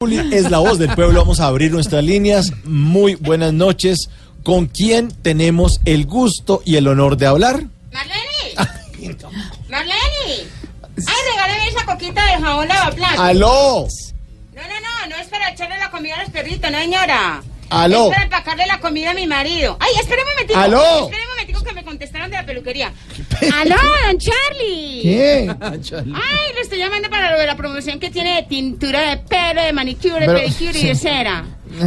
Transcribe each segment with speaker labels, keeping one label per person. Speaker 1: Juli es la voz del pueblo. Vamos a abrir nuestras líneas. Muy buenas noches. ¿Con quién tenemos el gusto y el honor de hablar?
Speaker 2: Marlene. Marlene. Ay, regáleme esa coquita de jabón lavaplatos.
Speaker 1: ¡Aló!
Speaker 2: No, no, no, no es para echarle la comida a los perritos, no, señora.
Speaker 1: Aló.
Speaker 2: Es para empacarle la comida a mi marido. Ay, espérame un momentico.
Speaker 1: Aló.
Speaker 2: Espérame un momentico que me contestaron de la peluquería. Aló, don Charlie.
Speaker 1: ¿Qué?
Speaker 2: Ay, le estoy llamando para lo de la promoción que tiene de tintura de pelo, de manicure, de
Speaker 1: Pero-
Speaker 2: pedicure y de cera.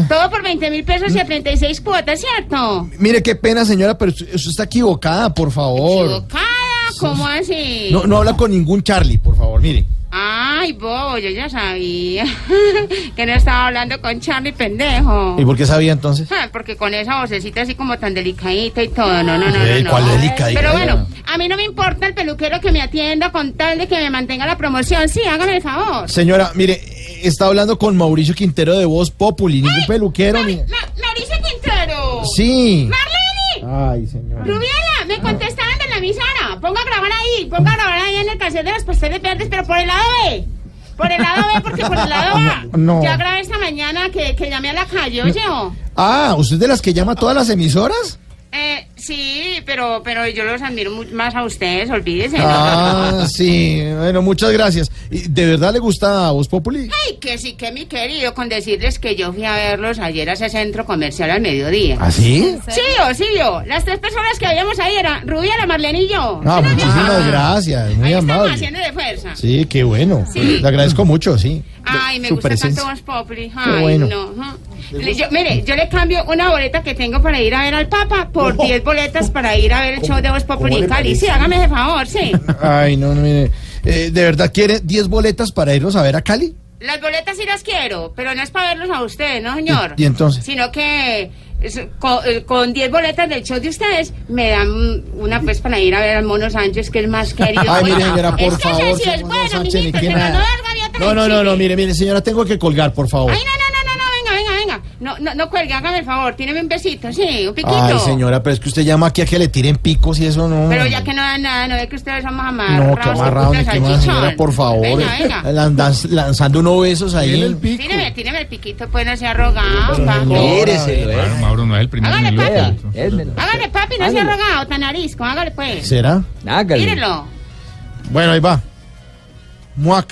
Speaker 2: Todo por 20 mil pesos y a 36 cuotas, ¿cierto?
Speaker 1: Mire, qué pena, señora, pero usted usted está equivocada, por favor.
Speaker 2: Equivocada, ¿cómo así?
Speaker 1: No, no habla con ningún Charlie, por favor, mire.
Speaker 2: Ay, bobo, yo ya sabía que no estaba hablando con Charlie pendejo.
Speaker 1: ¿Y por qué sabía entonces?
Speaker 2: Ah, Porque con esa vocecita así como tan delicadita y todo, no, no, no, no,
Speaker 1: Ey,
Speaker 2: no.
Speaker 1: ¿cuál delicadita?
Speaker 2: Pero bueno, a mí no me importa el peluquero que me atienda con tal de que me mantenga la promoción. Sí, hágame el favor.
Speaker 1: Señora, mire, está hablando con Mauricio Quintero de Voz Populi, ningún peluquero.
Speaker 2: Mari-
Speaker 1: Ni...
Speaker 2: Ma- Mauricio Quintero.
Speaker 1: Sí.
Speaker 2: Marlene.
Speaker 1: Ay, señora.
Speaker 2: Rubiela, me contestaban de la emisora. Ponga a grabar ahí, ponga a grabar ahí en el cassette de los pasteles verdes, pero por el lado B. Por el lado B, porque por el lado A.
Speaker 1: No.
Speaker 2: Ya grabé esta mañana que, que llamé a la calle, oye.
Speaker 1: Ah, ¿usted es de las que llama a todas las emisoras?
Speaker 2: Eh, sí, pero, pero yo los admiro mu- más a ustedes, olvídese. ¿no?
Speaker 1: Ah, sí. Bueno, muchas gracias. ¿Y ¿De verdad le gusta Voz Populi?
Speaker 2: Ay, que sí, que mi querido, con decirles que yo fui a verlos ayer a ese centro comercial al mediodía.
Speaker 1: ¿Ah, sí?
Speaker 2: Sí, yo, sí, yo. Las tres personas que habíamos ahí eran Rubia, la Marlene y yo.
Speaker 1: Ah, muchísimas gracias. Muy
Speaker 2: ahí estamos
Speaker 1: amable.
Speaker 2: haciendo de fuerza.
Speaker 1: Sí, qué bueno. Le agradezco mucho, sí.
Speaker 2: Ay, me
Speaker 1: Su
Speaker 2: gusta
Speaker 1: presencia.
Speaker 2: tanto Voz Populi.
Speaker 1: Qué
Speaker 2: Ay,
Speaker 1: bueno.
Speaker 2: no. ajá. Le- yo- mire, yo le cambio una boleta que tengo para ir a ver al Papa por 10 boletas para ir a ver el show de Voz Populi en Cali. Sí, hágame ese favor, sí.
Speaker 1: Ay, no, no, mire. Eh, ¿De verdad quiere 10 boletas para irnos a ver a Cali?
Speaker 2: Las boletas sí las quiero, pero no es para verlos a ustedes, ¿no, señor?
Speaker 1: ¿Y- y entonces?
Speaker 2: Sino que es- co- eh, con 10 boletas del show de ustedes me dan una pues para ir a ver al Mono Sánchez, que es el más querido.
Speaker 1: Ay, mire,
Speaker 2: Oiga,
Speaker 1: señora, por
Speaker 2: es que ese
Speaker 1: favor.
Speaker 2: sí es
Speaker 1: señor
Speaker 2: bueno,
Speaker 1: Sánchez,
Speaker 2: mijito,
Speaker 1: ni
Speaker 2: se
Speaker 1: que
Speaker 2: mandó
Speaker 1: nada.
Speaker 2: las gaviotas
Speaker 1: No,
Speaker 2: del
Speaker 1: no, no, no,
Speaker 2: Chile.
Speaker 1: mire, mire, señora, tengo que colgar, por favor.
Speaker 2: Ay, no, no, no, no, no, venga, venga, venga. No, no, no cuelgue, hágame el favor, tíreme un besito, sí, un piquito.
Speaker 1: Ay, señora, pero es que usted llama aquí a que le tiren picos y eso no.
Speaker 2: Pero ya que no dan nada, no ve que ustedes somos
Speaker 1: No,
Speaker 2: amarrados.
Speaker 1: que amarrado ni
Speaker 2: putas
Speaker 1: que más,
Speaker 2: salchichón.
Speaker 1: señora, por favor.
Speaker 2: Venga, venga.
Speaker 1: Lan- dan- lanzando unos besos ahí.
Speaker 2: Tíreme, tíreme el piquito, pues no sea arrogado, papi.
Speaker 3: Méreselo, Claro, Mauro no es el primero.
Speaker 2: Hágale,
Speaker 3: ni el
Speaker 2: papi.
Speaker 3: último.
Speaker 2: Hágale, papi, no sea arrogado, tan arisco, hágale pues.
Speaker 1: ¿Será?
Speaker 2: Mírenlo.
Speaker 1: Bueno, ahí va. Muac.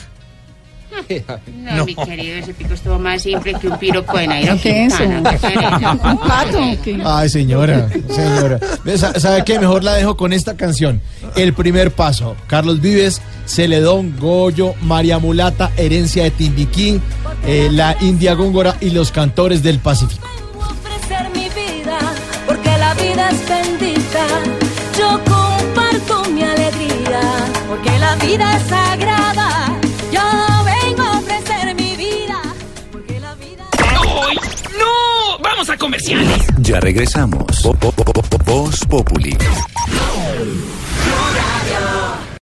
Speaker 2: No, mi querido, ese pico estuvo más simple que un piropo de Nairo Quintana.
Speaker 4: eso?
Speaker 2: Qué pereza.
Speaker 4: Un pato. ¿qué?
Speaker 1: Ay, señora, señora. Ve, sa- ¿Sabe qué? Mejor la dejo con esta canción. El primer paso. Carlos Vives, Celedón, Goyo, María Mulata, Herencia de Timbiquí, eh, la India Góngora y los cantores del Pacífico.
Speaker 5: Vengo a ofrecer mi vida, porque la vida es bendita. Yo comparto mi alegría, porque la vida es sagrada. Yo vengo a ofrecer mi vida, porque la vida
Speaker 6: ¡Ay! ¡No! ¡Vamos a comerciales!
Speaker 7: Ya regresamos. Po- po- po- po- po- Voz Populi.